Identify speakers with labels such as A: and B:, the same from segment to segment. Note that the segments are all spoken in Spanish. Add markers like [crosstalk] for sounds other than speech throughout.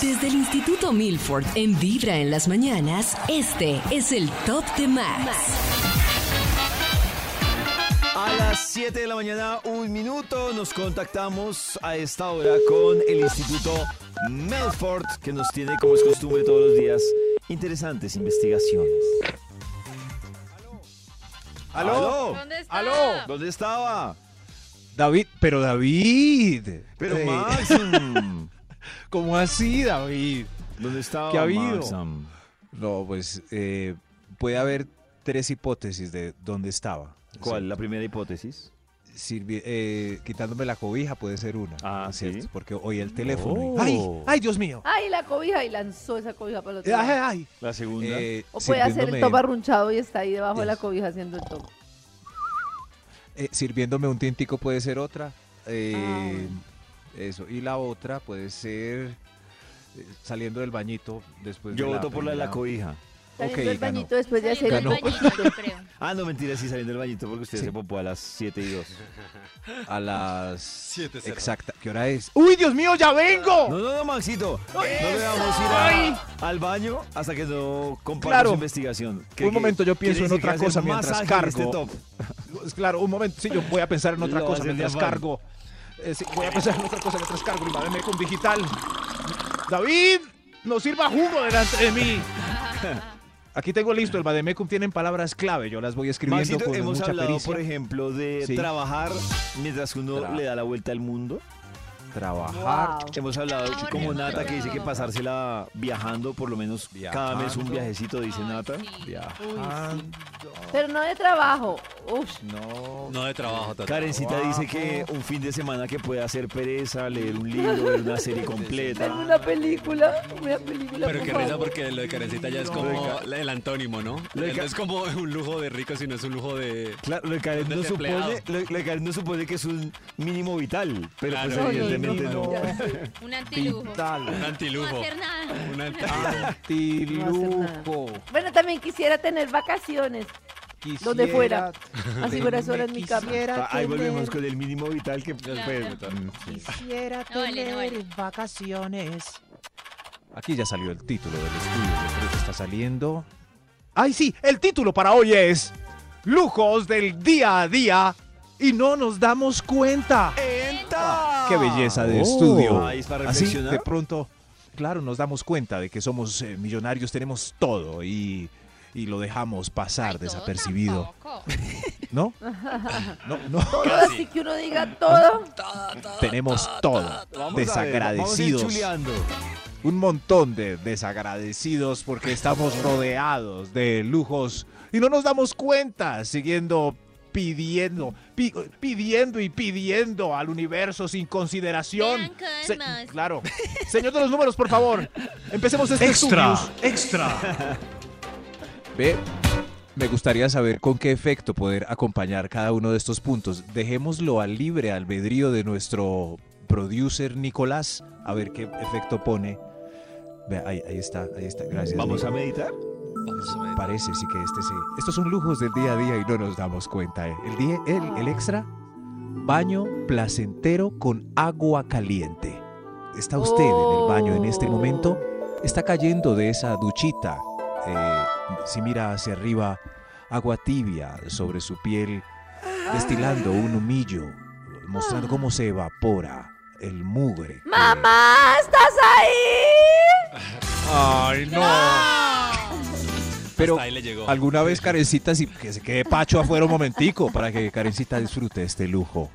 A: Desde el Instituto Milford en Vibra en las mañanas, este es el Top de Max.
B: A las 7 de la mañana, un minuto, nos contactamos a esta hora con el Instituto Melford, que nos tiene, como es costumbre todos los días, interesantes investigaciones. ¿Aló? ¿Aló?
C: ¿Dónde está?
B: ¿Aló? ¿Dónde estaba?
D: David, pero David.
B: Pero
D: Eh,
B: Max, mm,
D: ¿Cómo así, David?
B: ¿dónde estaba
D: ¿Qué ha habido?
B: Max, mm?
D: No, pues eh, puede haber tres hipótesis de dónde estaba.
B: ¿Cuál? ¿La primera hipótesis?
D: Sí, sirvi- eh, quitándome la cobija puede ser una.
B: Ah,
D: ¿no es ¿cierto?
B: sí.
D: Porque oí el teléfono.
B: Oh.
D: ¡Ay! ¡Ay, Dios mío!
C: Ay, la cobija y lanzó esa cobija para el
D: ¡Ay,
C: otro lado.
D: ay!
B: La segunda.
D: ay. Eh,
C: O puede hacer el
D: sirviéndome-
C: top arrunchado y está ahí debajo de la
D: Yes.
C: cobija haciendo el top.
D: eh, sirviéndome un tintico puede ser otra. Eh,
C: Ah.
D: Eso. Y la otra puede ser eh, saliendo del bañito después
B: Yo
D: de
B: voto por la de la
D: Pues primera-
B: cobija.
C: Saliendo
D: Ok,
C: del
D: ganó.
C: bañito después de hacer
D: Ganó.
C: el
D: bañito,
C: [laughs]
B: Ah, no, mentira, sí, saliendo del bañito porque usted
D: Sí.
B: se popó a las 7 y 2.
D: A las 7 Exacta. ¿Qué hora es? ¡Uy, Dios mío, ya vengo!
B: No, no, no, Maxito. No le vamos a ir a- al baño hasta que no compartamos
D: Claro.
B: su investigación.
D: Un momento, yo pienso
B: quiere
D: en
B: decir que
D: otra
B: va a ser
D: cosa
B: más
D: mientras
B: ágil
D: cargo.
B: este top.
D: Es Claro, un momento, sí, yo voy a pensar en otra
B: Lo
D: cosa
B: haces de
D: mientras
B: afán.
D: cargo. Eh, sí, voy a pensar en otra cosa mientras cargo. Invádenme con digital. David, no sirva jugo delante de
C: [laughs]
D: mí. Aquí tengo listo, el Bademecum tienen palabras clave, yo las voy escribiendo
B: Maxito,
D: con
B: hemos
D: mucha
B: hablado,
D: pericia.
B: por ejemplo, de
D: Sí.
B: trabajar mientras uno
D: Tra-
B: le da la vuelta al mundo.
D: Trabajar.
C: Wow.
B: Hemos hablado
E: Ahora
B: como
E: no,
B: Nata que dice que
E: no.
B: pasársela viajando, por lo menos cada mes un
D: Viajando.
B: viajecito, dice Nata.
D: viajando.
C: Pero no de trabajo. Uf,
D: No.
F: No de trabajo, Tata.
B: Karencita dice que un fin de semana que puede hacer pereza, leer un libro, ver una
D: [laughs]
B: serie
C: pero
B: completa.
C: una película, una película.
F: Pero
C: por
F: qué risa
C: favor.
F: porque lo de Karencita ya es como el antónimo, ¿no? No es como un lujo de rico, sino es un lujo de...
B: Claro, lo de Karen no
F: Desempleado.
B: supone, lo- lo de Karen no supone que es un mínimo vital, pero pues
F: Claro. No, no, no,
B: evidentemente no. [laughs]
C: Ya sé.
E: Un antilujo.
F: Un
E: No
F: antilujo.
E: hacer nada.
F: Un anti-
G: Ah,
F: Ah,
D: Antilujo.
C: Bueno, también quisiera tener
D: [laughs]
C: vacaciones. Donde fuera.
D: Quisiera
C: Así fuera sola en mi cama.
B: Ah, Ahí volvemos con el mínimo vital que pues, mm,
E: Claro.
H: Quisiera
E: No vale, no
H: tener
E: vale.
H: vacaciones.
D: Aquí ya salió el título del estudio, yo creo que está saliendo. ¡Ay, sí! El título para hoy es Lujos del día a día y no nos damos cuenta. ¡Qué belleza de
B: Oh.
D: estudio!
B: Ahí es para
D: Así
B: reflexionar.
D: de pronto, claro, nos damos cuenta de que somos eh, millonarios, tenemos todo y, y lo dejamos pasar
E: Ay, todo
D: desapercibido.
E: tampoco.
D: ¿no? No, no,
C: Todo así que uno diga todo.
D: tenemos todo. Desagradecidos. un montón de desagradecidos porque estamos rodeados de lujos y no nos damos cuenta siguiendo pidiendo, pi- pidiendo y pidiendo al universo sin consideración.
E: Vean cosas.
D: claro. Señor de los números, por favor. Empecemos este estudios.
F: ¡Extra!
D: [laughs] Ve, me gustaría saber con qué efecto poder acompañar cada uno de estos puntos. Dejémoslo al libre albedrío de nuestro producer Nicolás, a ver qué efecto pone. Ve, ahí, ahí está, ahí está, gracias.
B: Vamos
D: Nico.
B: a meditar.
F: Vamos a ver.
D: Parece, sí que este sí. Estos son lujos del día a día y no nos damos cuenta. ¿eh? El, día, el, el extra, baño placentero con agua caliente. Está usted en el baño en este momento, está cayendo de esa duchita. eh, si mira hacia arriba, agua tibia sobre su piel, destilando un humillo, mostrando cómo se evapora el mugre. que-
C: ¡Mamá, estás ahí!
F: ¡Ay, no!
D: Pero
F: Hasta ahí le llegó.
D: Alguna vez Karencita, si, que se quede Pacho afuera un momentico para que Karencita disfrute este lujo.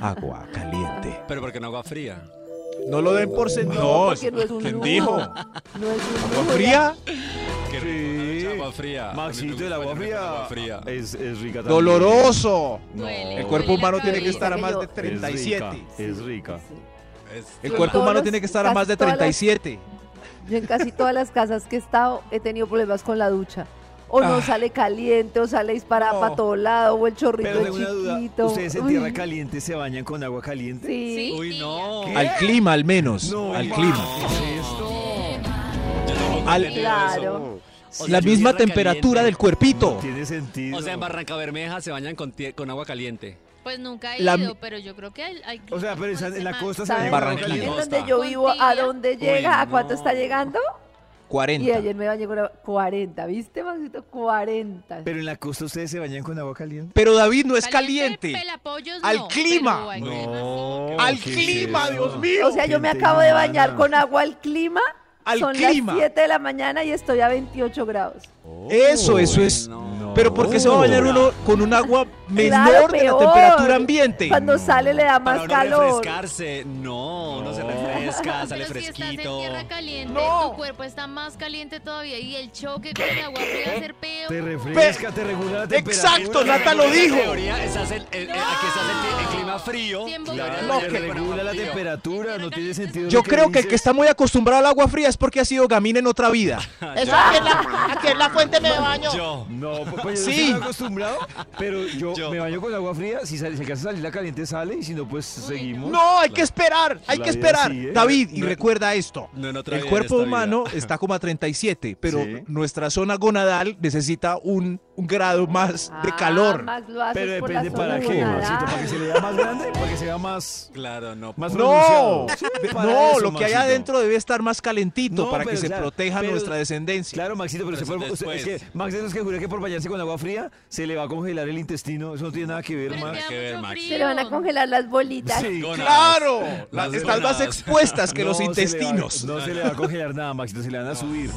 D: Agua caliente.
F: Pero porque no agua fría.
D: No lo den por sentado.
C: No, porque no es un
D: ¿Quién
C: lujo.
D: dijo?
C: No es un
D: ¿Agua
C: lujo,
D: fría?
B: Sí.
F: Qué rico, ¿no? Agua fría.
B: Maxito, el agua fría,
F: Agua fría.
B: Es, es rica también.
D: Doloroso.
E: Duele,
D: El cuerpo
E: duele la
D: humano tiene que
E: cabeza.
D: estar a más de
C: Es
B: Es rica,
D: 37.
B: Es rica.
F: Es-
D: El
C: Yo
D: cuerpo
C: todas
D: humano
C: las-
D: tiene que estar a más de
C: casi todas las-
D: 37.
C: Yo en casi todas las casas que he estado he tenido problemas con la ducha. o no sale caliente, o sale disparada
G: No.
C: para todo lado, o el chorrito
B: Pero
C: es
B: tengo una duda.
C: chiquito.
B: ¿Ustedes en
C: Uy,
B: tierra caliente se bañan con agua caliente?
C: Sí.
E: Sí.
F: Uy, no.
B: ¿Qué?
G: Al clima, al menos.
B: No,
G: al
B: wow.
G: clima.
B: ¿Qué es
E: eh,
B: esto?
F: Yo tampoco
G: Al-
F: entendí eso.
C: Claro.
F: O sea,
G: la
F: yo
G: misma
F: tierra
G: temperatura
F: caliente.
G: del cuerpito.
B: No tiene sentido.
F: O sea, en Barranca Bermeja se bañan con, tie- con agua caliente.
E: Pues nunca he
G: La-
E: ido, pero yo creo que hay. hay-
B: O sea, pero esa- en la costa se bañan
C: ¿Saben
B: con agua
G: Barranquilla.
C: en
B: caliente.
C: donde
F: Costa.
C: yo vivo, a
E: Contilla.
C: dónde llega,
F: Uy,
C: a cuánto
F: no.
C: está llegando? Y
G: 40.
C: ayer me bañé con una- 40, ¿viste, Maxito? 40.
B: Pero en la costa ustedes se bañan con agua caliente.
G: Pero David no es caliente.
E: pelapollos,
G: Al
E: no,
G: clima.
E: pero al
F: No.
E: clima sí.
G: Al
B: Oh, ¿Qué es
G: clima,
B: eso?
G: Dios mío.
C: O sea, yo me
B: gente
C: acabo de bañar
B: humana.
C: con agua al clima.
G: Al
C: Son
G: clima.
C: las 7 de la mañana y estoy a 28 grados.
G: Eso,
D: Oh,
G: eso es.
F: No.
G: Pero ¿por qué se va a
B: Oh.
G: bañar uno con un agua menor
C: Claro,
G: de la
C: peor.
G: temperatura ambiente?
C: Cuando sale le da más
F: Para uno
C: calor.
F: refrescarse. No, uno se refresca, sale
E: Pero si estás en
F: fresquito.
E: tierra caliente, tu cuerpo está más caliente todavía y el choque con el agua fría va a ser peor.
B: Te refresca, te regula la temperatura.
G: Exacto, Pues Nata lo
F: En
G: dijo.
F: teoría, estás en- en- en- aquí estás en el, clima frío.
E: Sí, en Bogotá.
F: Deberías
G: No,
F: bañarte
G: que-
B: Te
F: con
B: regula
F: agua
B: la
F: fría.
B: temperatura, no tiene sentido.
G: Yo
B: lo
G: creo que el que
B: dices.
G: está muy acostumbrado al agua fría es porque ha sido gamina en otra vida.
B: Ah,
H: Eso aquí es la, aquí es la fuente de baño.
F: Yo.
B: No, pues, pues yo
G: Sí.
B: sí estoy acostumbrado, pero yo,
F: Yo.
B: me baño con agua fría, si, sale, si alcanza a salir la caliente sale y si no, pues seguimos.
G: No, hay que esperar, hay
B: La
G: que
B: vida
G: esperar.
B: sigue.
G: David, y
F: No-
G: recuerda esto.
F: no en otra
G: el
F: vida,
G: cuerpo
F: en esta
G: humano
F: vida.
G: está como a 37, pero
B: Sí.
G: nuestra zona gonadal necesita un, un grado más de
C: Ah,
G: calor.
C: Max, lo haces
B: Pero
C: por
B: depende
C: la zona
B: para qué,
C: hormonal.
B: Maxito, para que se le vea más grande, para que se vea más,
F: [laughs] Claro, no.
B: más
G: No,
B: pronunciado. Sí,
G: de-
B: para
G: no,
B: eso,
G: lo que hay
B: Maxito.
G: adentro debe estar más calentito
B: No,
G: para que
B: pero
G: se
B: claro,
G: proteja
B: pero-
G: nuestra descendencia.
B: Claro, Maxito, pero,
F: Pero
B: se fue,
F: eso
B: usted- es
F: después.
B: que Max es los que jura que por bañarse con agua fría se le va a congelar el intestino, eso no tiene nada que ver,
E: Pero
B: Max.
E: te da
F: que ver,
E: mucho
F: Max.
E: frío.
C: Se le van a congelar las bolitas.
B: Sí,
F: Gonas.
G: Claro,
F: Las
G: la- están más
F: gonadas.
G: expuestas
B: [laughs]
G: que
B: No
G: los
B: se le va-
G: intestinos.
B: no se le va a congelar nada, Maxito, se le van a subir.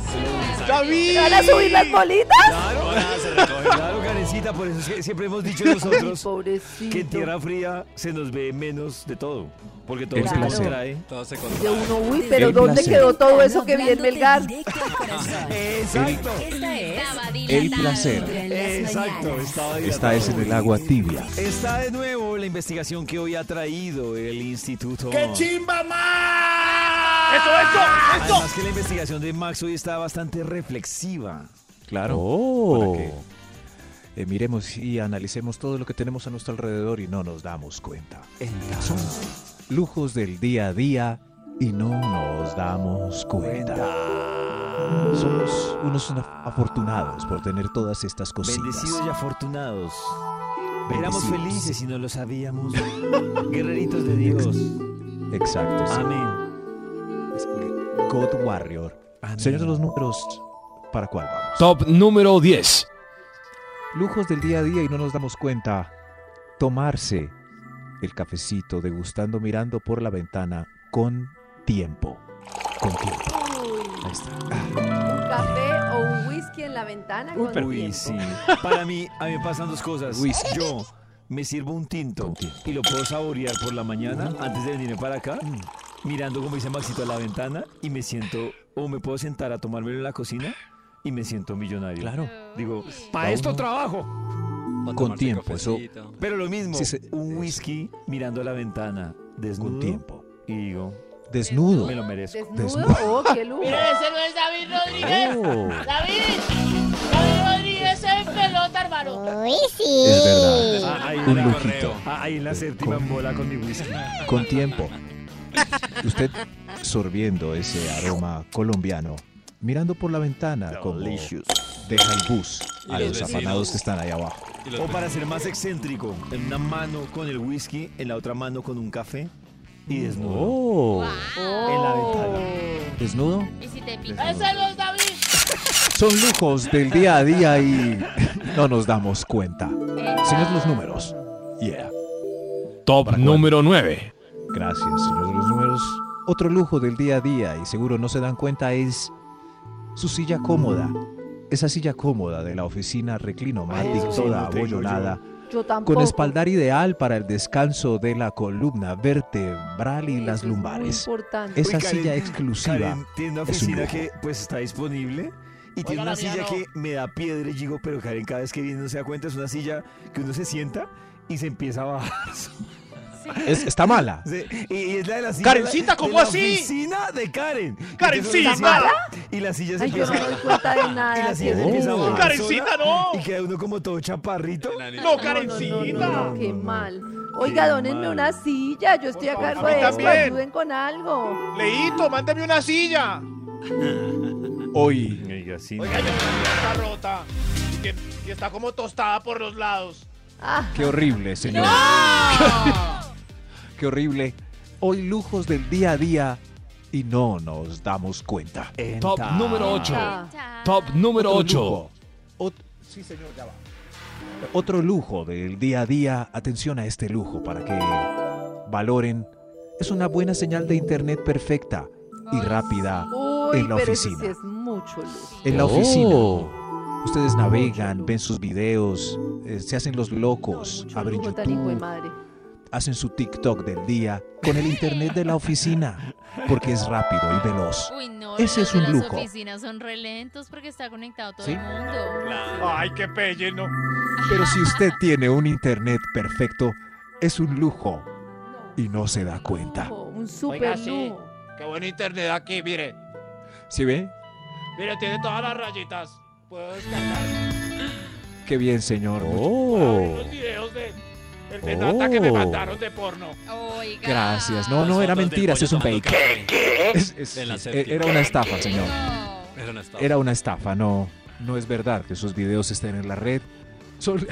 G: David,
C: ¿Se van a subir las bolitas?
F: Ahora se recoge.
B: Claro, Karencita, por eso es que siempre hemos dicho nosotros
C: [laughs] Pobrecito.
B: que en tierra fría se nos ve menos de todo, porque todo
G: El
B: se nos
C: placer.
B: trae.
F: Todo se
C: De
F: contrae.
C: uno, uy, pero
G: El
C: ¿dónde
G: placer.
C: quedó todo eso que vi en Melgar?
B: Exacto.
A: Esta es
E: Estaba
G: el
E: dilatado.
G: placer
B: Exacto, estaba
G: está
B: hidratado.
G: es en el agua tibia.
B: Está de nuevo la investigación que hoy ha traído el instituto. ¡Qué chimba más! ¡Eso, eso, eso! Además que la investigación de Max hoy está bastante reflexiva.
G: Claro. Para que eh, miremos y analicemos todo lo que tenemos a nuestro alrededor y no nos damos cuenta. Son lujos del día a día y no nos damos cuenta. Somos unos af- afortunados por tener todas estas cositas.
B: Bendecidos y afortunados. Éramos
G: Bendecidos.
B: felices y no lo sabíamos. [laughs] Guerreritos de Dios.
G: Exacto. sí.
B: Amén.
G: Es- God Warrior.
B: Amén.
G: Señor de los números, ¿para cuál vamos?
D: Top número 10.
G: Lujos del día a día y no nos damos cuenta. Tomarse el cafecito, degustando, mirando por la ventana con tiempo. Con tiempo. Ahí está.
C: Un café o un whisky en la ventana. con
B: Uy,
C: tiempo.
B: sí. Para mí, a mí me pasan dos cosas. Yo me sirvo un tinto y lo puedo saborear por la mañana antes de venirme para acá, mirando como dice Maxito a la ventana y me siento, o me puedo sentar a tomármelo en la cocina y me siento millonario.
G: Claro.
B: Digo,
G: Cada
B: para esto
G: uno-
B: trabajo.
F: O
G: Con
F: tomarse
G: tiempo,
F: cafecito.
B: Pero lo mismo,
G: Sí, sí,
B: un
G: eso.
B: whisky mirando a la ventana desnudo
G: Con tiempo.
B: y digo,
G: Desnudo.
B: me lo merezco.
C: ¿Desnudo?
G: Desnudo.
C: Oh, qué lujo.
I: Pero ese no es David Rodríguez.
G: Oh,
I: David, David Rodríguez es pelota,
G: Oh.
I: hermano.
G: es verdad.
B: Ah, ahí,
G: Un
B: en la,
G: lujito.
B: ah, ahí en la séptima en bola con mi whisky.
G: Con tiempo. Usted sorbiendo ese aroma colombiano, mirando por la ventana como deja
B: Delicious.
G: el bus
F: Y
G: a
F: los
G: los afanados
F: vecinos.
G: que están ahí abajo.
F: Y los
B: O para ser más excéntrico, en una mano con el whisky, en la otra mano con un café y desnudo
G: Oh,
B: en la ventana.
G: desnudo.
E: Ah. Y si te pica.
I: Ese no es David.
G: Son lujos del día a día y [laughs] no nos damos cuenta. Señor de los números. Yeah.
D: Top número 9.
G: Gracias, señor de los números. Otro lujo del día a día, y seguro no se dan cuenta, es su silla cómoda. Esa silla cómoda de la oficina
B: Ay, eso
G: reclinomatic
B: sí,
G: toda
B: no tengo yo.
G: abollonada,
C: Yo tampoco.
G: con espaldar ideal para el descanso de la columna vertebral y
C: Eso
G: las
C: es muy
G: lumbares.
C: importante.
G: Esa
B: Uy, Karen,
G: silla exclusiva.
B: Karen tiene una
G: es un
B: oficina
G: lujo.
B: que pues está disponible y
I: Oiga,
B: tiene una
I: la mía
B: silla
I: no.
B: que me da piedra y digo, pero Karen cada vez que viene no se da cuenta, es una silla que uno se sienta y se empieza a bajar. [laughs]
G: Es- está mala.
B: Sí, y, y es la de la silla.
H: Karencita,
B: de la-
H: ¿cómo
B: de la
H: así?
B: oficina de Karen.
H: Karencita.
B: Entonces, la silla- Y la silla se
C: Ay, yo no
B: empieza.
C: me doy cuenta
B: [laughs]
C: de
B: Y
C: nada.
B: la silla se
G: Oh.
B: empieza a mover
H: Karencita,
B: sola,
H: no.
B: Y queda uno como todo chaparrito.
H: No,
C: No, no, no, no,
H: Karencita.
C: no, qué mal. Oiga,
B: Qué
C: donenme
B: mal.
C: una silla. Yo estoy a cargo
H: a mí
C: de esto.
H: también.
C: Ayuden con algo.
H: Leito, mándame una silla.
G: Hoy.
B: Oiga, sí.
H: Oiga, yo está rota. Y, que- y está como tostada por los lados.
C: Ah,
G: [laughs] Qué horrible, señor. Qué horrible. Hoy lujos del día a día y no nos damos cuenta.
D: Top número 8.
C: Ah.
D: Top número
G: Otro
D: 8.
G: lujo. Ot- sí, señor, ya va. Otro lujo del día a día. Atención a este lujo para que valoren. Es una buena señal de internet perfecta y rápida
C: uy,
G: en la
C: pero eso
G: oficina.
C: sí es mucho lujo.
G: En la oficina.
F: Oh.
G: Ustedes navegan, ven sus videos, eh, se hacen los locos,
C: Mucho
G: abren
C: lujo tan hijo de
G: YouTube,
C: madre.
G: hacen su TikTok del día con el internet de la oficina, porque es rápido y veloz.
E: Uy, no,
G: Ese
E: los
G: es
E: de
G: un
E: las
G: lujo.
E: oficinas son relentos porque está conectado todo
G: ¿Sí?
E: el mundo.
H: Ay, qué pelle, ¿no?
G: Pero si usted tiene un internet perfecto, es un lujo y no se da cuenta.
C: Lujo, Oh, un super
H: sí.
C: lujo.
H: Qué buen internet aquí, mire.
G: ¿Sí ve?
H: Mire, tiene todas las rayitas. Pues, Puedo descargar
G: Qué bien, señor.
F: Oh.
H: los videos de, el de Nata que me
G: Oh.
H: mandaron de porno.
E: Oiga.
G: Gracias. No, no, era
F: Fotos del
G: mentira,
F: pollo
G: es un
F: tomando
G: fake.
F: café.
G: Es- es-
F: De la
G: es-
F: séptima.
G: era una estafa, señor.
E: No.
F: Era una estafa.
G: Era una estafa, no. No es verdad que esos videos estén en la red. Son, son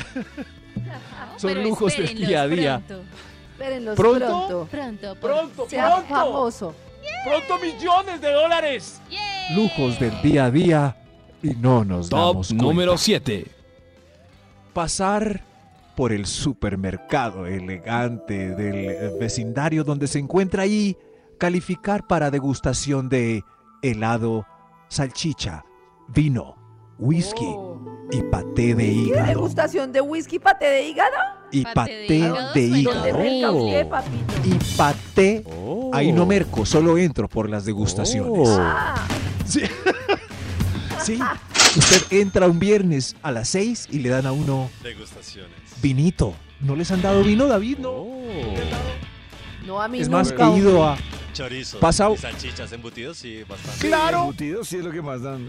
E: Pero
G: lujos del
E: espérenlos
G: día a día.
E: Pronto,
C: Espérenlos
G: ¿Pronto?
C: pronto.
E: pronto. por-
H: Pronto,
C: Sea
H: pronto.
C: famoso.
H: Pronto millones de dólares.
E: ¡Yay!
G: Lujos del día a día y no nos
D: Top
G: damos cuenta.
D: número 7.
G: Pasar por el supermercado elegante del eh, vecindario donde se encuentra y calificar para degustación de helado, salchicha, vino, whisky
C: Oh.
G: y paté de
C: ¿Whisky?
G: hígado.
C: ¿Degustación de whisky paté de hígado?
G: Y
E: Paté de
G: paté
E: hígado
G: de
E: suena
G: hígado.
C: ¿Dónde pesca usted, papito?
G: Y paté
D: Oh.
G: Ahí no merco, solo entro por las degustaciones.
C: Ah,
G: Sí. Sí. Usted entra un viernes a las 6 y le dan a uno
F: Degustaciones.
G: vinito. ¿No les han dado vino, David? No.
C: no, a mí
G: Es
C: nunca.
G: más, he ido a...
F: Chorizo.
G: Pasa-
F: y salchichas embutidos, sí, bastante.
B: Claro. Embutidos sí es lo que más dan.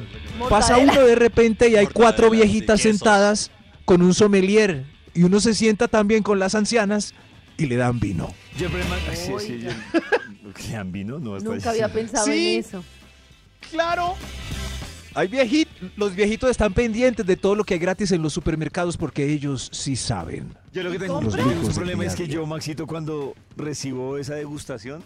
G: Pasa
C: Mortadela.
G: uno de repente y hay cuatro
F: Mortadela,
G: viejitas
F: sí, quesos.
G: sentadas con un sommelier. Y uno se sienta también con las ancianas y le dan vino.
B: Yo, pero, man- Ay, sí, es que yo. Lo que dan vino no está
C: Nunca había pensado
H: Sí.
C: en eso.
H: Claro.
G: Hay viejitos. Los viejitos están pendientes de todo lo que hay gratis en los supermercados porque ellos sí saben.
B: Yo lo que tengo
G: Los
B: tengo un
G: lujos
B: problema
G: del
B: es que
G: día a
B: yo, Maxito, cuando recibo esa degustación,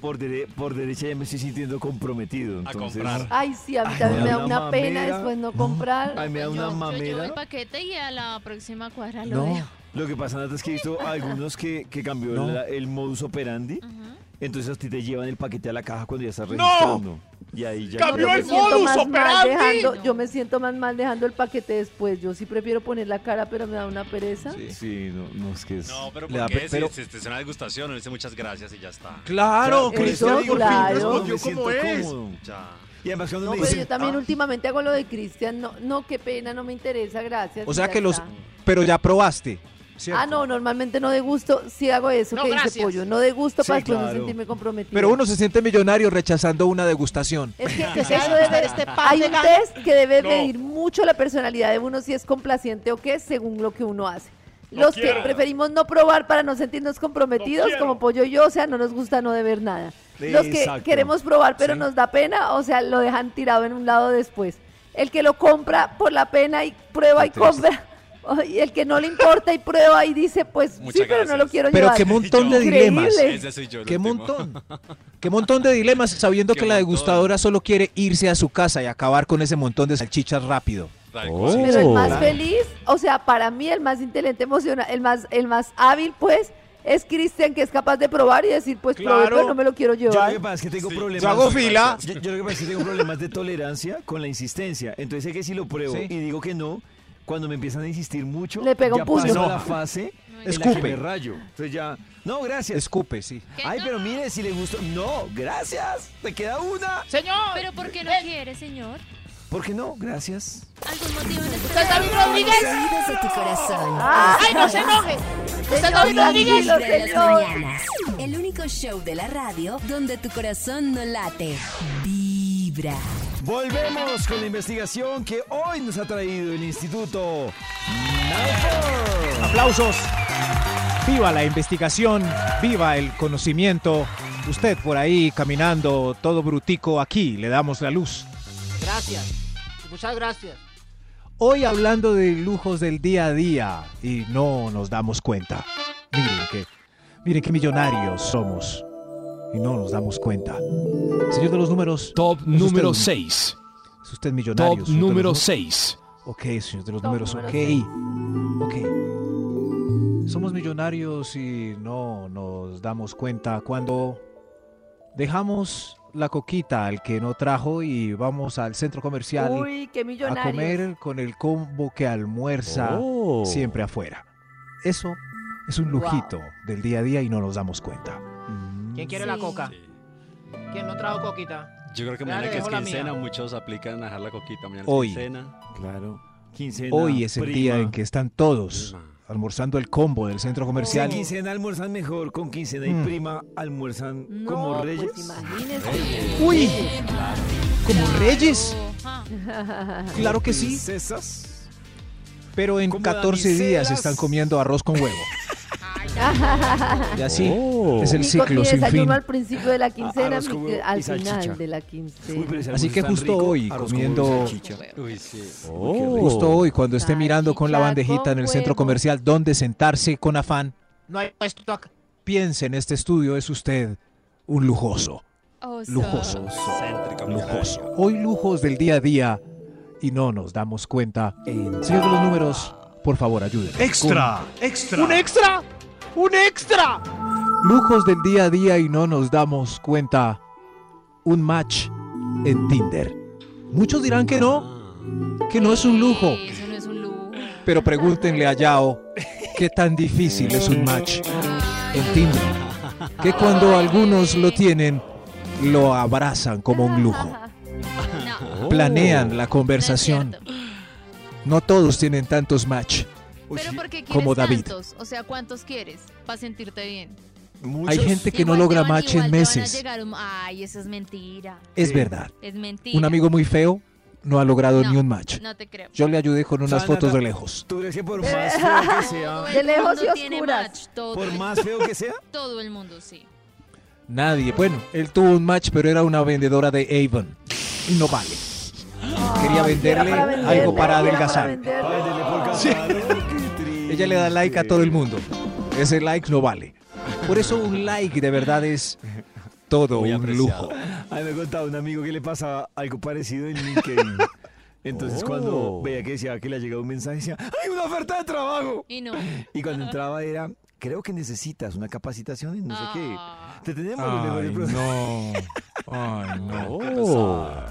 B: por, dere- por derecha ya me estoy sintiendo comprometido.
F: A
B: entonces-
F: comprar.
C: Ay, sí, a mí
B: Ay,
C: también
B: me
C: me da
B: da
C: una
B: una
C: pena
B: mamera.
C: después no
G: No.
C: comprar.
B: Ay, me da una
E: Yo- Yo llevo el
B: mamera.
E: paquete y a la próxima cuadra lo
G: No.
E: veo.
B: Lo que pasa, Nata, es que he visto a algunos que, que cambió
G: No.
B: la- el modus operandi.
E: Ujú.
B: Entonces a ti te llevan el paquete a la caja cuando ya estás
H: ¡No!
B: registrando. Y ahí ya.
H: ¡Cambió
C: yo me
H: el
C: siento
H: modus
C: más mal
H: operandi!
C: dejando-
E: No.
C: Yo me siento más mal dejando el paquete después. Yo sí prefiero poner la cara, pero me da una pereza.
B: Sí, no, no es que es.
F: No, pero
G: Le da
F: ¿por qué?
G: pe- pero-
F: Si, si- si es una degustación, le dice muchas gracias y ya está.
G: Claro,
C: por eso Eso, digo, claro.
H: respondió como es.
F: Ya.
B: Y además cuando
C: No,
B: me
C: pero
B: dicen,
C: yo también
B: "Ah,
C: últimamente hago lo de Cristian. No, no, qué pena, no me interesa, gracias.
G: O
C: y
G: sea
C: ya
G: que los.
C: está.
G: Pero ya probaste. ¿cierto?
C: Ah, no, normalmente no de gusto. Sí hago eso
I: No,
C: que dice
I: gracias.
C: Pollo. No de gusto
B: Sí,
C: para después no
B: claro.
C: sentirme comprometido.
G: Pero uno se siente millonario rechazando una degustación.
C: Es que,
H: [laughs]
I: se
C: eso
I: hace
C: debe-
I: este pan
C: hay
I: de
C: un
I: gan-
C: test que debe
H: No.
C: medir mucho la personalidad de uno si es complaciente o qué, según lo que uno hace.
H: No
C: Los que
H: quiero.
C: preferimos no probar para no sentirnos comprometidos,
H: No quiero.
C: como Pollo y yo, o sea, no nos gusta no deber nada. Los que
B: Exacto.
C: queremos probar pero
B: Sí.
C: nos da pena, o sea, lo dejan tirado en un lado después. El que lo compra por la pena y prueba y
G: Qué triste.
C: compra. [laughs] Y el que no le importa y prueba y dice, pues sí,
F: Muchas
C: pero no lo
F: gracias.
C: quiero
G: Pero
C: llevar.
G: qué montón de
C: Increíble.
G: dilemas.
F: Ese soy yo. el
G: Qué
F: último.
G: montón. Qué montón de dilemas sabiendo
F: Qué
G: que la
F: montón.
G: degustadora solo quiere irse a su casa y acabar con ese montón de salchichas rápido.
F: [laughs] Tal
G: Oh.
F: cual.
C: Pero el más
G: Claro.
C: feliz, o sea, para mí el más inteligente emocional, el más, el más hábil, pues, es Cristian, que es capaz de probar y decir, pues, probé,
G: Claro.
C: pero no me lo quiero
B: Yo lo que
C: llevar.
B: pasa es que tengo
F: Sí.
B: problemas.
G: Yo hago fila.
B: [laughs] Yo, yo lo que pasa es que tengo problemas de tolerancia con la insistencia. Entonces sé que si lo pruebo
G: Sí.
B: y digo que no, cuando me empiezan a insistir mucho,
C: Le pega un
B: ya
C: puño.
B: paso a
G: No.
B: la fase en la
G: Escupe.
B: que me rayo. Entonces ya, no, gracias.
G: Escupe, sí.
E: ¿Qué?
B: Ay,
E: No,
B: pero
E: no,
B: mire, si le gustó. No, gracias. Te queda una.
I: Señor,
E: ¿Pero por qué no quiere, señor?
B: ¿Por qué no? Gracias.
E: ¿Algún motivo en
I: ¿usted es
E: especial?
I: David Rodríguez?
A: Oídos de tu corazón.
I: ¡Ay, no se enoje! David Rodríguez.
C: tranquilo,
A: de las
C: señor.
A: mañanas. El único show de la radio donde tu corazón no late. Vibra.
B: Volvemos con la investigación que hoy nos ha traído el Instituto Malfoy.
G: Aplausos. Viva la investigación, viva el conocimiento. Usted por ahí caminando todo brutico aquí, le damos la luz.
I: Gracias. Muchas gracias.
G: Hoy hablando de lujos del día a día y no nos damos cuenta. Miren que, miren qué millonarios somos y no nos damos cuenta. Señor de los números.
D: Top
G: ¿es usted
D: número
G: un-
D: 6.
G: Es usted millonario.
D: Top
G: señor de los
D: número
G: nu-
D: 6.
G: Ok, señor de los números, ok. Ok. Somos millonarios y no nos damos cuenta cuando dejamos la coquita al que no trajo y vamos al centro comercial
C: Uy, qué
G: a
C: millonario. [laughs]
G: comer con el combo que almuerza
D: Oh.
G: siempre afuera. Eso es un
C: Wow.
G: lujito del día a día y no nos damos cuenta.
I: ¿Quién quiere la coca? ¿Quién no trajo coquita?
F: Yo creo que
I: Ya
F: mañana
I: le
F: que es
I: dejo la
F: quincena,
I: mía.
F: muchos aplican a dejar la coquita. Mañana
G: Hoy.
F: es quincena.
B: Claro. Quincena.
G: Hoy es el día
B: prima.
G: en que están todos almorzando el combo del centro
B: Sin
G: comercial.
B: quincena almuerzan mejor, con quincena
G: Mm.
B: y prima almuerzan
C: No,
B: como reyes.
C: Pues imagínese.
G: ¡Uy! Como reyes.
E: Ajá.
G: Claro que sí.
B: Princesas.
G: Pero en
B: Como
G: 14 días
B: damiselas.
G: están comiendo arroz con huevo. y así
B: Oh.
G: es el
C: Nico, mi
G: ciclo sin fin.
C: desayuno al principio de la quincena,
B: arroz
C: mi-
B: con
C: de-
B: huevo Ah, y
C: al
B: salchicha.
C: final de la
B: Uy, pero
C: quincena.
B: ese
G: Así
B: almuerzo
G: que
B: tan
G: justo
B: rico,
G: hoy,
B: arroz con
G: comiendo-
B: huevo y Oh, salchicha.
F: Uy, sí.
G: Justo hoy, cuando esté mirando con la
C: Salchicha
G: bandejita en el
C: con
G: centro
C: huevo.
G: comercial donde sentarse con afán,
I: No hay puesto acá.
G: piense en este estudio, es usted un lujoso.
E: Oso.
G: Lujoso.
F: Céntrico,
G: Lujoso. Hoy lujos del día a día y no nos damos cuenta. Señor de los números, por favor, ayúdenos.
I: ¡Un extra! ¡Un extra!
G: Lujos del día a día y no nos damos cuenta. Un match en Tinder. Muchos dirán que no, que no es un lujo.
E: Sí, Eso no es un lujo.
G: Pero pregúntenle a Yao qué tan difícil es un match en Tinder. Que cuando algunos lo tienen, lo abrazan como un lujo.
E: No,
G: Planean la conversación.
E: No es cierto.
G: No todos tienen tantos match.
E: Pero porque quieres
G: Como David.
E: tantos, o sea, ¿cuántos quieres para sentirte bien?
G: Hay gente que no
E: Igual te
G: logra
E: van-
G: match
E: igual
G: en
E: te van a
G: meses.
E: llegar un- Ay, eso es mentira.
G: Es verdad.
E: Es mentira.
G: Un amigo muy feo no ha logrado
E: No,
G: ni un match.
E: No
B: [laughs]
E: te creo.
G: Yo le ayudé con unas
B: Sana,
G: fotos de
B: na-
G: lejos.
B: ¿Tú crees que por más feo que
E: Todo
B: sea,
E: el
C: De lejos
E: mundo
C: y
E: tiene
C: oscuras.
E: match, todo,
B: por
E: el-
B: más feo que sea,
E: [laughs] todo el mundo, sí.
G: Nadie. Bueno, él tuvo un match, pero era una vendedora de Avon. Y no vale. Quería venderle
C: Era
G: algo
C: era
G: para adelgazar.
C: venderle.
B: ay, dele por casado, qué triste.
G: Ella le da like a todo el mundo. Ese like no vale. Por eso un like de verdad es todo
F: Muy
G: un
F: apreciado.
G: lujo.
B: A mí me contaba un amigo que le pasaba algo parecido en LinkedIn. Entonces
G: Oh.
B: cuando veía que decía que le llegaba un mensaje decía, ¡hay una oferta de trabajo!
E: Y no.
B: [laughs] Y cuando entraba era, creo que necesitas una capacitación en no sé qué.
E: Ah.
B: Te tenemos los
G: Ay,
B: mejores procesos.
G: no. Ay, no.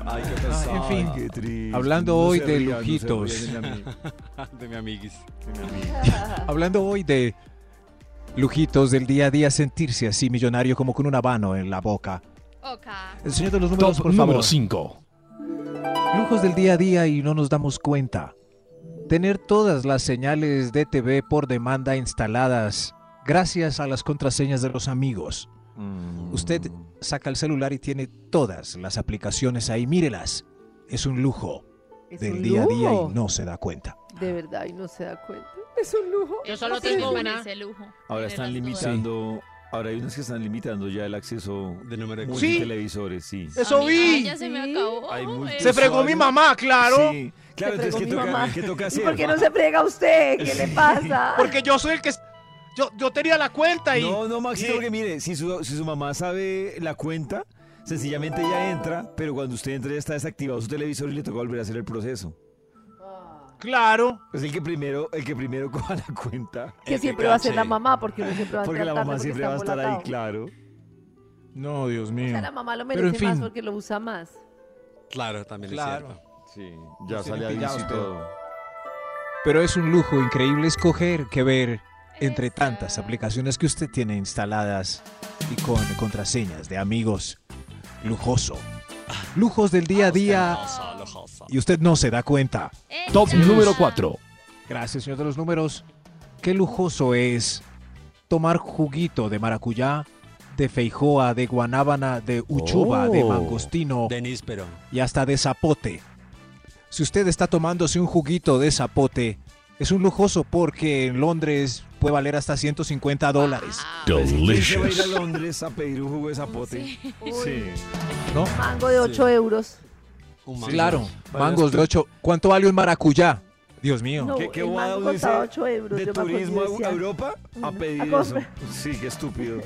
B: Ay, qué pesar,
G: Oh. Ah, en fin.
B: qué triste.
G: Hablando hoy de
B: rían, no se
G: lujitos.
B: rían de mí.
F: [laughs] De mi amiguis.
G: [laughs] Hablando hoy de lujitos del día a día, sentirse así millonario como con un habano en la boca.
E: Ok.
G: El señor de los números,
D: Top
G: por favor.
D: número 5.
G: Lujos del día a día y no nos damos cuenta. Tener todas las señales de TV por demanda instaladas gracias a las contraseñas de los amigos.
B: Mm.
G: Usted saca el celular y tiene todas las aplicaciones ahí, mírelas. Es un lujo
C: Es
G: del
C: un
G: día a día
C: lujo.
G: y no se da cuenta.
C: De verdad, y no se da cuenta. Es un lujo.
I: Yo solo
C: Es
I: tengo
C: un
I: una.
E: Ese lujo.
B: Ahora
E: Tener
B: están
E: las dudas.
B: limitando, ahora hay unos que están limitando ya el acceso
F: De número de
B: de
F: cuenta.
B: televisores, sí.
E: A
I: Eso
E: mí- ay,
I: vi.
E: ya se me
C: Sí.
E: acabó. Eh,
B: Hay multi-
I: Se fregó mi
B: usuario.
I: mamá, claro.
B: Sí, claro,
C: Se
B: entonces
C: fregó
B: ¿qué
C: mi
B: toca,
C: mamá.
B: ¿qué toca
C: ¿Y
B: hacer?
C: por qué no se frega usted? ¿Qué le pasa? [laughs]
I: Porque yo soy el que. Yo, yo tenía la cuenta y.
B: No, no, Maxito,
I: y-
B: porque mire, si su, si su mamá sabe la cuenta, sencillamente ella entra, pero cuando usted entra ya está desactivado su televisor y le toca volver a hacer el proceso.
I: Claro.
B: Es el que primero, el que primero [laughs] coja la cuenta.
C: que siempre va a ser la mamá, porque uno siempre va a estar
B: Porque la
C: tarde
B: mamá
C: porque
B: siempre
C: está
B: va a estar ahí,
C: embolatado.
B: claro.
G: No, Dios
C: O
G: mío.
C: sea, la mamá lo
G: Pero,
C: merece
G: en
C: más
G: fin.
C: porque lo usa más.
F: Claro, también
G: Claro.
F: es cierto.
B: Sí, ya
G: Nos tienen
B: sale
G: pillados,
B: ahí y
G: pero-
B: todo.
G: Pero es un lujo increíble escoger que ver entre tantas aplicaciones que usted tiene instaladas y con contraseñas de amigos. Lujoso. Lujos del día a día
F: Lujoso, lujoso.
G: y usted no se da cuenta.
E: Eh,
D: Top
E: ya.
D: número 4.
G: Gracias, señor de los números. Qué lujoso es tomar juguito de maracuyá, de feijoa, de guanábana, de uchuva, de
B: Oh.
G: mangostino
F: De níspero.
G: y hasta de zapote. Si usted está tomándose un juguito de zapote, es un lujoso porque en Londres puede valer hasta 150 dólares.
B: ¿Quién se va a ir a Londres a pedir un jugo de zapote? Sí.
G: ¿no?
C: Mango de 8 euros.
G: Claro,
B: Vale,
G: mangos de ocho. ¿Cuánto vale un maracuyá? Dios mío.
C: No,
B: ¿Qué, qué
C: el
B: guada
C: mango
B: uno dice
C: costaba 8 euros.
B: de
C: yo me acuerdo,
B: turismo
C: yo
B: a
C: decía,
B: Europa a
C: "Bueno,
B: pedir
C: a
B: eso.
C: comer".
B: Sí, qué estúpido.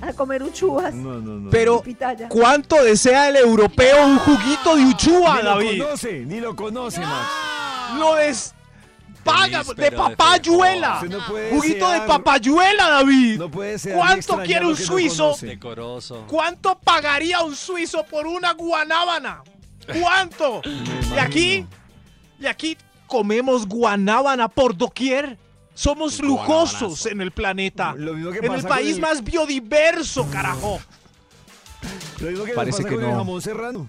C: A comer uchuvas.
B: No, no, no.
G: Pero,
C: Pitaya.
G: ¿cuánto desea el europeo un juguito de uchuva,
B: ni lo
G: David?
B: conoce, ni lo conoce, Max.
G: Lo des... Paga
F: Feliz,
G: de
F: pero de
G: papayuela.
B: Usted no puede
G: Juguito de
B: desear-
G: papayuela, David.
B: No puede ser.
G: ¿Cuánto quiere un suizo?
F: Decoroso.
H: ¿Cuánto pagaría un suizo por una guanábana? ¿Cuánto? Y aquí, y aquí
G: Comemos guanábana por doquier. Somos lujosos
F: guanabanazo.
G: en el planeta.
B: Lo mismo que
G: en el
B: pasa con
G: país
B: el-
G: más biodiverso, carajo.
B: Lo mismo que
G: Parece
B: Parece
G: que
B: que
G: no.
B: el jamón serrano.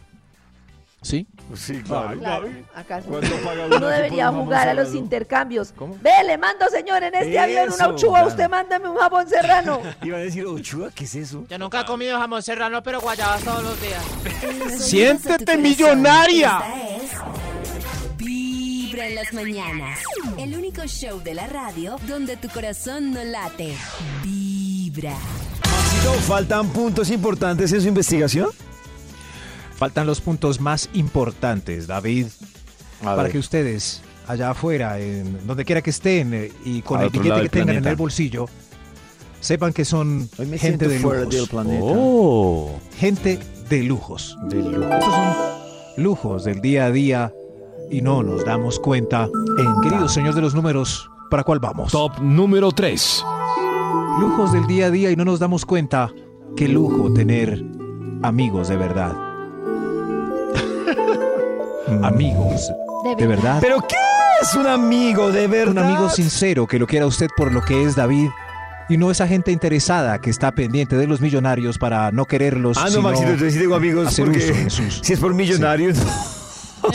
G: Sí.
B: Sí, claro.
C: Claro, acaso.
B: ¿Cuánto paga uno aquí
C: Uno
B: por
C: debería
B: un jamón
C: jugar a los
B: serrano?
C: intercambios. Ve, le mando, señor, en este avión una
B: Eso,
C: uchuva.
B: claro.
C: Usted mándame un jabón serrano.
B: [laughs] Iba a decir, Ochuda, ¿qué es eso?
I: Yo nunca he comido jamón serrano, pero guayabas todos los días.
G: Siéntete millonaria.
A: Vibra en las mañanas. El único show de la radio donde tu corazón no late. Vibra.
B: Maxito, ¿Faltan puntos importantes en su investigación?
G: Faltan los puntos más importantes, David, para que ustedes allá afuera, en donde quiera que estén eh, y con
B: Al
G: el
B: otro
G: billete
B: lado del
G: que tengan en
B: planeta.
G: el bolsillo, sepan que son
B: Hoy me
G: gente
B: siento
G: de
B: fuera del
G: lujos. Oh.
B: planeta.
G: Gente de lujos.
B: De lujo.
G: Estos son lujos del día a día y no nos damos cuenta. Querido señor de los números, ¿para cuál vamos?
D: Top número 3.
G: Lujos del día a día y no nos damos cuenta. Qué lujo tener amigos
D: [laughs]
G: de verdad. amigos de verdad.
B: ¿Pero qué es un amigo de verdad?
G: Un amigo sincero que lo quiera usted por lo que es David. Y no esa gente interesada que está pendiente de los millonarios para no quererlos.
B: Ah, no,
G: sino-
B: Maxito, te sí tengo amigos
G: hacer
B: porque
G: uso de sus-
B: si es por millonarios,
G: [laughs]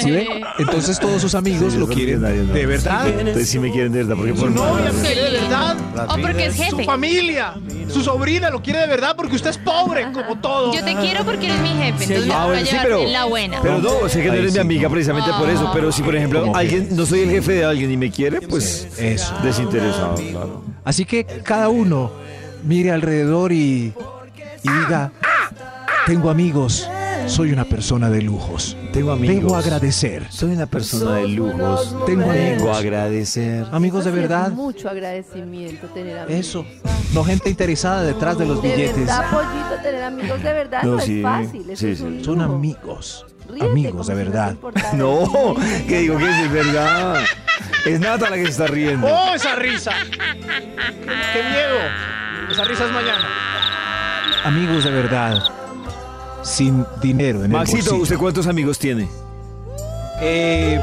G: ¿Sí ve? Entonces todos sus amigos
B: Sí,
G: lo
B: es por
G: quieren
B: millonarios, no.
G: de verdad.
B: entonces sí me quieren de verdad porque por
H: novia me
B: millonarios-
H: quiere de verdad.
E: O Oh, porque es
H: Su
E: jefe.
H: familia, su sobrina lo quiere de verdad porque usted es pobre, como todo.
E: Yo te quiero porque eres mi jefe. Entonces me
B: Ah,
E: voy a
B: bueno, sí,
E: llevar
B: pero-
E: en la buena.
B: Pero no, sé que no
G: Ahí
B: eres
G: sí,
B: mi amiga
G: no.
B: precisamente por eso, pero si por ejemplo
G: Como que-
B: alguien, no soy el jefe de alguien y me quiere, pues
G: Eso.
B: desinteresado, claro.
G: Así que cada uno mire alrededor y, y diga, tengo amigos, soy una persona de lujos.
B: Tengo amigos.
G: Debo agradecer.
B: Soy una persona de lujos.
G: Tengo
B: Tengo a
G: amigos.
B: agradecer.
G: Amigos de
C: Sí, es
G: verdad.
C: Mucho agradecimiento tener amigos.
G: Eso. No gente interesada detrás de los
C: De
G: billetes.
C: verdad, pollito, tener amigos de verdad
B: No,
C: no,
B: sí,
C: es fácil. eso
B: sí,
C: es
B: sí.
C: un
G: Son
C: lujo.
G: amigos.
C: Ríete como
G: Amigos
C: si
G: de
C: no te
G: verdad.
C: importara.
B: No,
C: Ríete.
B: que digo que es de verdad. Es Nata la que se está riendo.
H: ¡Oh, esa risa! ¡Qué miedo! Esa risa es mañana.
G: Amigos de verdad. Sin dinero en el
B: Maxito,
G: bolsillo.
B: ¿usted cuántos amigos tiene?
G: Eh,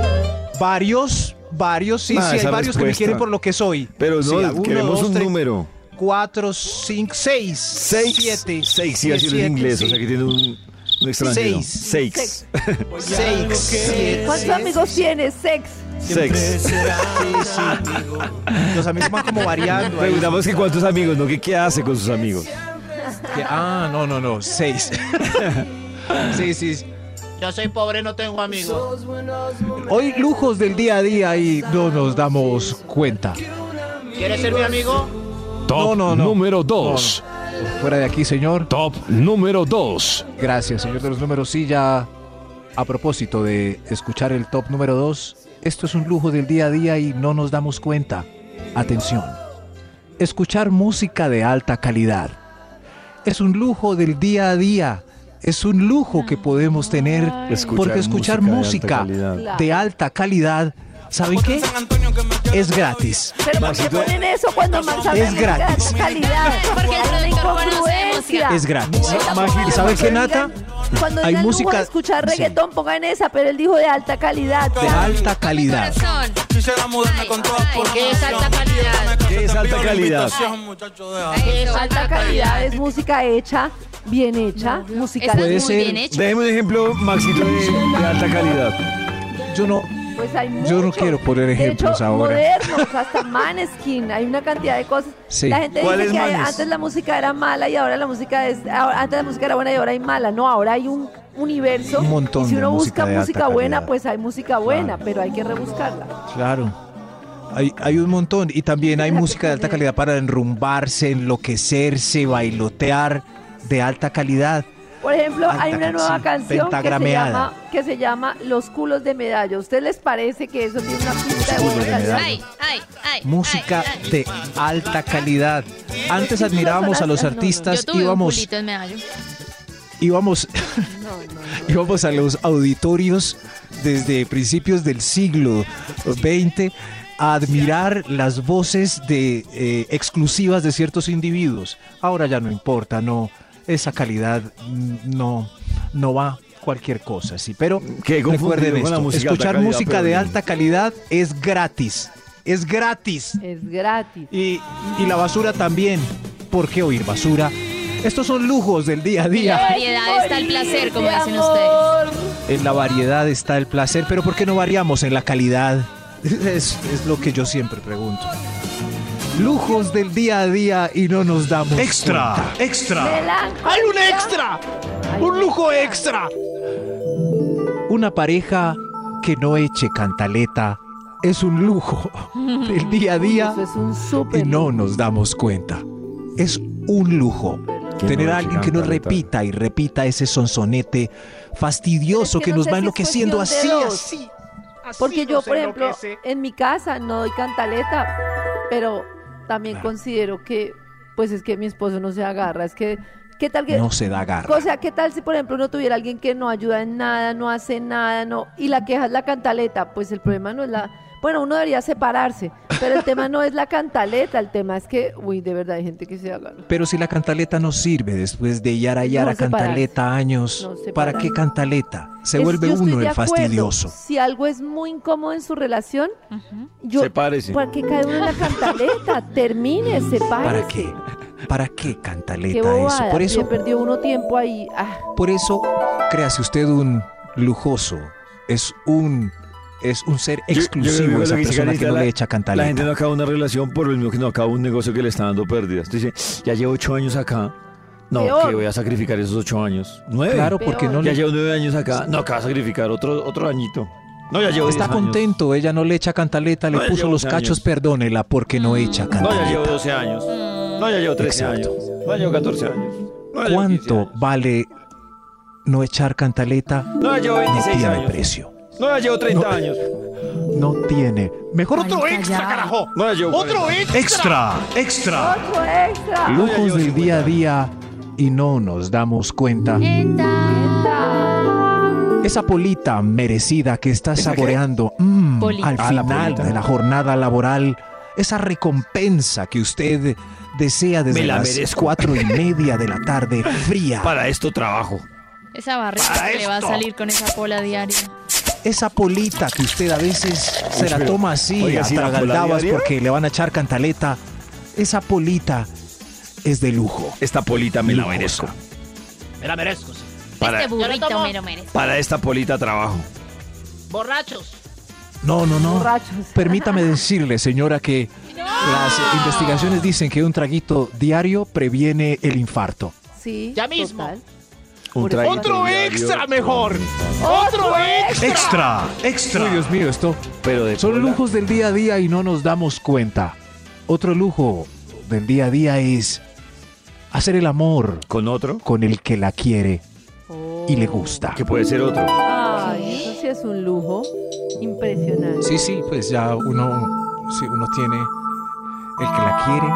G: varios, varios, sí,
B: Ah,
G: sí, hay
B: esa
G: varios que me
B: respuesta.
G: quieren por lo que soy.
B: Pero no,
G: Sí, uno,
B: queremos
G: dos,
B: un
G: tres,
B: número.
G: Cuatro, cinco, seis,
B: Seis.
G: siete,
B: Seis, sí, así lo es
G: siete,
B: en inglés, o
G: sí.
B: sea que tiene un, un extranjero.
G: Seis.
B: [laughs] Seis.
G: Seis, siete,
C: ¿Cuántos amigos tienes? Sex.
B: Seis.
G: Los amigos van como variando. ahí.
B: Preguntamos que cuántos amigos, no que qué hace con sus amigos.
G: Que- Ah, no, no, no, seis. [laughs] Sí, sí. sí.
I: Yo soy pobre, no tengo amigos.
G: Hoy lujos del día a día y no nos damos cuenta.
I: ¿Quieres ser mi amigo?
D: Top
G: No, no, no.
D: número 2.
G: Fuera de aquí, señor.
D: Top número 2.
G: Gracias, señor de los números. Sí, ya a propósito de escuchar el top número 2, esto es un lujo del día a día y no nos damos cuenta. Atención. Escuchar música de alta calidad. Es un lujo del día a día. Es un lujo que podemos tener porque escuchar música
B: de alta calidad.
G: de alta calidad, ¿saben qué? Es gratis.
C: Pero ¿por qué
B: Maxito.
C: ponen eso cuando manzana
G: Es gratis.
C: calidad?
E: Porque
C: Hay una
E: el productor conoce
C: incongruencia.
G: Es gratis.
C: Maxito,
G: ¿Y saben qué,
C: cuando
G: Nata?
C: digan- Cuando
G: Hay
C: digan lujo
G: música-
C: de escuchar
G: Sí.
C: reggaetón, pongan esa, pero él dijo de alta calidad.
G: De alta
E: Mi
G: calidad.
E: corazón.
J: Quisiera mudarme
E: Ay,
J: con todas
E: ay,
J: por
E: qué es alta calidad.
B: ¿Qué es alta calidad?
E: Qué es
C: Alta calidad es música hecha, bien hecha, musical.
E: Estás muy
G: ser-
E: bien hecho.
B: Déjeme un ejemplo, Maxito, de, de alta calidad.
G: Yo no,
C: Pues hay muchos.
G: Yo no quiero poner
C: De
G: ejemplos
C: hecho,
G: ahora.
C: Modernos, hasta Maneskin, hay una cantidad de cosas.
G: Sí.
C: La gente
B: ¿Cuál
C: dice
B: es
C: que hay-
B: Manes?
C: antes la música era mala y ahora la música es ahora- antes la música era buena y ahora hay mala. No, ahora hay un universo.
G: Un montón
C: y si
G: de
C: uno
G: música
C: busca
G: de alta
C: música buena,
G: calidad.
C: pues hay música buena,
G: Claro.
C: pero hay que rebuscarla.
G: Claro. Hay, hay un montón. Y también hay música de alta calidad para enrumbarse, enloquecerse, bailotear de alta calidad.
C: Por ejemplo,
G: Alta
C: hay una nueva
G: canción,
C: canción que se,
G: pentagrameada.
C: llama, que se llama Los culos de medalla. ¿Usted les parece que eso tiene una pinta de
G: culos
C: buena
G: de
C: canción?
G: medalla.
E: Ay, ay, ay.
G: Música
E: ay, ay.
G: de alta calidad. Antes
C: Sí,
G: admirábamos a
C: son
G: los
C: altas- no, no.
G: artistas,
E: Yo tuve un
G: íbamos,
E: culito en medallo.
G: íbamos, [laughs] íbamos a los auditorios desde principios del siglo XX a admirar las voces de eh, exclusivas de ciertos individuos. Ahora ya no importa, no, esa calidad mm, no, no va cualquier cosa, sí. Pero
B: Qué confundido
G: recuerden
B: con la
G: esto,
B: música de alta
G: escuchar
B: calidad,
G: música
B: pero
G: de
B: bien.
G: alta calidad es gratis, es gratis.
C: Es gratis.
G: Y, y la basura también. ¿Por qué oír basura? Estos son lujos del día a
E: La
G: día.
E: variedad está el placer, como
C: De
E: dicen ustedes.
C: amor.
G: En la variedad está el placer, pero ¿por qué no variamos en la calidad? [laughs] Es, es lo que yo siempre pregunto. Lujos del día a día y no nos damos cuenta.
D: Extra,
G: Ah.
D: extra.
C: Melancolía.
H: ¡Hay un extra! ¡Un lujo extra!
G: Una pareja que no eche cantaleta es un lujo del día a día
C: Eso es un súper.
G: y no nos damos cuenta. Es un lujo.
B: Que
G: Tener
B: no
G: a alguien que nos
B: exijan cantar.
G: repita y repita ese sonsonete fastidioso
C: Es que
G: que,
C: no
G: nos
C: sé
G: va
C: si es
G: enloqueciendo así,
C: cuestión de dos.
G: así.
C: Porque yo,
H: nos
C: por ejemplo,
H: enloquece.
C: en mi casa no doy cantaleta, pero también
G: Claro.
C: considero que, pues es que mi esposo no se agarra. Es que, ¿qué tal que
G: No se da garra.
C: O sea, ¿qué tal si, por ejemplo, uno tuviera alguien que no ayuda en nada, no hace nada, no y la queja es la cantaleta? Pues el problema no es la... Bueno, uno debería separarse, pero el tema no es la cantaleta, el tema es que, uy, de verdad hay gente que se haga...
G: Pero si la cantaleta no sirve después de yara yara
C: No, separarse.
G: cantaleta años,
C: No, separarse.
G: ¿para qué cantaleta? Se
C: Es-
G: vuelve
C: yo estoy
G: uno
C: de
G: el
C: acuerdo.
G: fastidioso.
C: Si algo es muy incómodo en su relación, yo...
B: Sepárese.
C: ¿Para qué cae uno en la
G: [laughs]
C: cantaleta? Termine, sepárese.
G: ¿Para qué? ¿Para qué cantaleta
C: Qué
G: eso?
C: bobada,
G: Por eso,
C: ya perdió uno tiempo ahí. Ah,
G: por eso, créase usted un lujoso, es un es un ser
B: Yo- yo
G: exclusivo
B: creo que
G: esa
B: lo que se
G: persona que
B: caracteriza
G: no
B: la-
G: le echa cantaleta.
B: La gente no acaba una relación por lo mismo que no acaba un negocio que le está dando pérdidas. Dice, ya llevo ocho años acá. No,
C: Peor.
B: que voy a sacrificar esos ocho años. Nueve.
G: Claro, porque no
B: Ya
G: le
B: llevo nueve años acá. No, acaba de sacrificar otro, otro añito. No, ya llevo
G: Está
B: 10 años.
G: contento, ella no le echa cantaleta, le
B: No, ya
G: puso
B: llevo
G: los
B: 11 años.
G: cachos, perdónela porque
C: Mm.
G: no echa
B: No, ya llevo
G: cantaleta.
B: 12 años. No, ya llevo 13
G: Exacto.
B: años. No, ya llevo 14 años. No, ya llevo 15
G: ¿Cuánto
B: años.
G: vale no echar cantaleta?
B: No, ya llevo
G: No
B: 26
G: tiene
B: años.
G: precio.
B: No, ya llevo 30 años.
G: No tiene.
H: Mejor otro
E: Marica,
H: extra,
E: ya.
H: carajo.
B: No, ya llevo
H: Otro
B: 40.
H: extra.
D: Extra, extra.
C: otro extra.
B: No, ya
G: Lujos
B: llevo
G: del día a
B: 50
G: día y no nos damos cuenta. Esa polita merecida que estás saboreando mm,
E: Polita.
G: al
B: Ah, la
G: final
B: polita.
G: de la jornada laboral, esa recompensa que usted desea desde
B: Me la
G: las
B: merezco.
G: cuatro y
B: [laughs]
G: media de la tarde fría.
B: Para esto trabajo.
E: Esa barriga
H: Para
E: que le va a
H: esto.
E: salir con esa cola diaria.
G: Esa polita que usted a veces se la
B: pero-
G: toma así
B: oiga,
G: a
B: ¿sí la cola
G: tragaldabas
B: diaria?
G: porque le van a echar cantaleta, esa polita es de lujo.
B: Esta polita me la
G: Lujosa.
B: merezco.
H: Me la merezco. sí.
B: Para,
E: Este burrito
I: tomo-
E: me lo merece.
B: para esta polita trabajo.
I: Borrachos.
G: No, no, no.
C: Borrachos.
G: Permítame decirle, señora, que las investigaciones dicen que un traguito diario previene el infarto.
C: [laughs] Sí,
I: Ya mismo.
C: total.
B: Un
C: Por eso-
B: traguito
H: Otro
B: diario.
H: extra mejor.
C: Otro
H: Otro extra.
D: Extra,
G: Uy,
D: extra.
G: Dios mío, esto
B: Pero de
G: son
B: cola.
G: lujos del día a día y no nos damos cuenta. Otro lujo del día a día es hacer el amor
B: Con otro,
G: con el que la quiere y le gusta.
B: que puede ser otro.
C: Ay, eso sí es un lujo impresionante.
G: Sí, sí, pues ya uno, sí, uno tiene el que la quiere.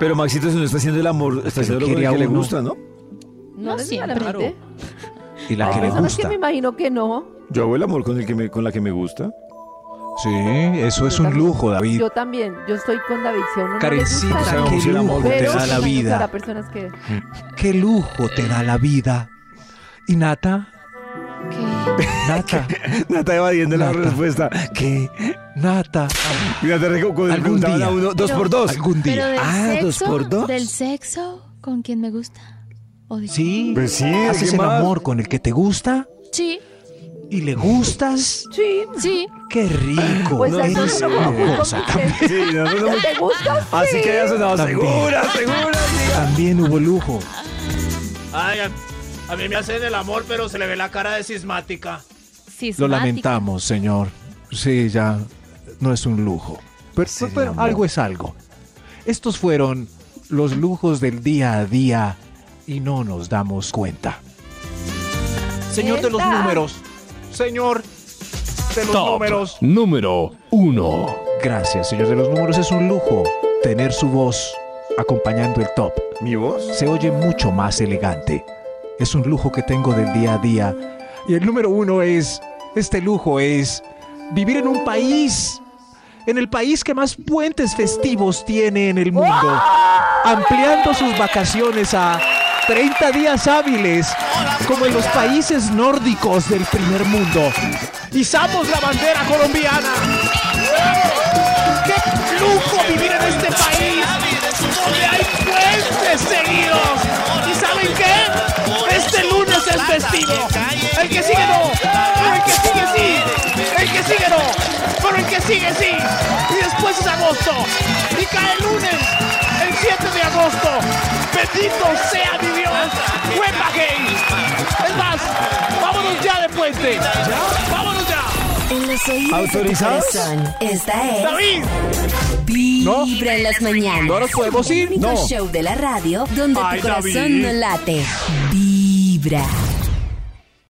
B: Pero Maxito, si no está haciendo el amor, está
G: Pero
B: haciendo lo que
G: quiere a
B: le
G: uno.
B: gusta, ¿no?
C: No,
E: No siempre.
C: necesariamente.
G: Y la
C: Hay
G: que le
C: personas que
G: gusta.
C: me imagino que no.
B: Yo hago el amor con, el que me- con la que me gusta. [laughs]
G: Sí, eso es
C: Yo
G: un
C: también-
G: lujo, David.
C: Yo también, yo estoy con David. Si a uno no le
G: Karencita,
C: gusta,
B: qué
C: también,
B: lujo
C: pero
G: te da
C: me
G: la
C: imagino que
G: vida.
C: habrá personas que-
G: Qué lujo te da la vida. Y Nata,
E: ¿Qué?
G: Nata,
B: Nata evadiendo la
G: Nata.
B: respuesta. ¿Qué?
G: Nata,
B: Mira, te reco- cuando le
G: Algún
B: preguntaban
G: día.
B: a uno, dos
E: Pero-
B: por dos.
G: algún
E: Pero
G: día.
E: del
B: Ah,
E: sexo,
B: dos por dos.
E: del sexo con quien me gusta. O de-
G: Sí,
B: Pues sí, ¿de
G: haces
B: qué
G: el
B: más?
G: amor con el que te gusta
E: Sí.
G: ¿Y le gustas?
C: Sí.
E: Sí.
G: ¡Qué rico!
C: Pues
G: Eres
C: así somos
G: una
C: muy
G: cosa.
C: convincentes.
B: Sí, nosotros somos-
C: ¿Te gusta?
B: Así
C: Sí.
B: que ya sonaba
G: También.
B: segura, segura.
G: También hubo lujo.
H: Ay, a, a mí me hacen el amor, pero se le ve la cara de sismática.
G: Lo
E: Sismática.
G: lamentamos, señor. Sí, ya no es un lujo. Pero,
B: Sería
G: pero
B: un
G: algo
B: lujo.
G: es algo. Estos fueron los lujos del día a día y no nos damos cuenta. Señor de los
C: Esta.
G: números. Señor de los números.
D: Número 1.
G: Gracias, señor de los números. Es un lujo tener su voz acompañando el top.
B: ¿Mi voz?
G: Se oye mucho más elegante. Es un lujo que tengo del día a día. Y el número uno es, este lujo es vivir en un país, en el país que más puentes festivos tiene en el mundo, ampliando sus vacaciones a 30 días hábiles, como en los países nórdicos del primer mundo.
H: ¡Izamos la bandera colombiana! ¡Qué lujo vivir en este país! ¡Donde hay puentes seguidos! ¿Y saben qué? Este lunes es festivo. El que sigue no, pero el que sigue sí. El que sigue no, pero el que sigue sí. Y después es agosto. Y cae el lunes, el 7 de agosto. Bendito sea mi Dios. ¡Huepa gay! Es más, vámonos ya de puente. Vámonos ya.
A: En los oídos de tu
B: ¿Autorizados?
A: corazón, esta es
H: David.
A: Vibra en las mañanas.
G: No nos podemos ir,
A: El único
G: no.
A: show de la radio donde
H: Ay,
A: tu corazón
H: David.
A: no late. Vibra.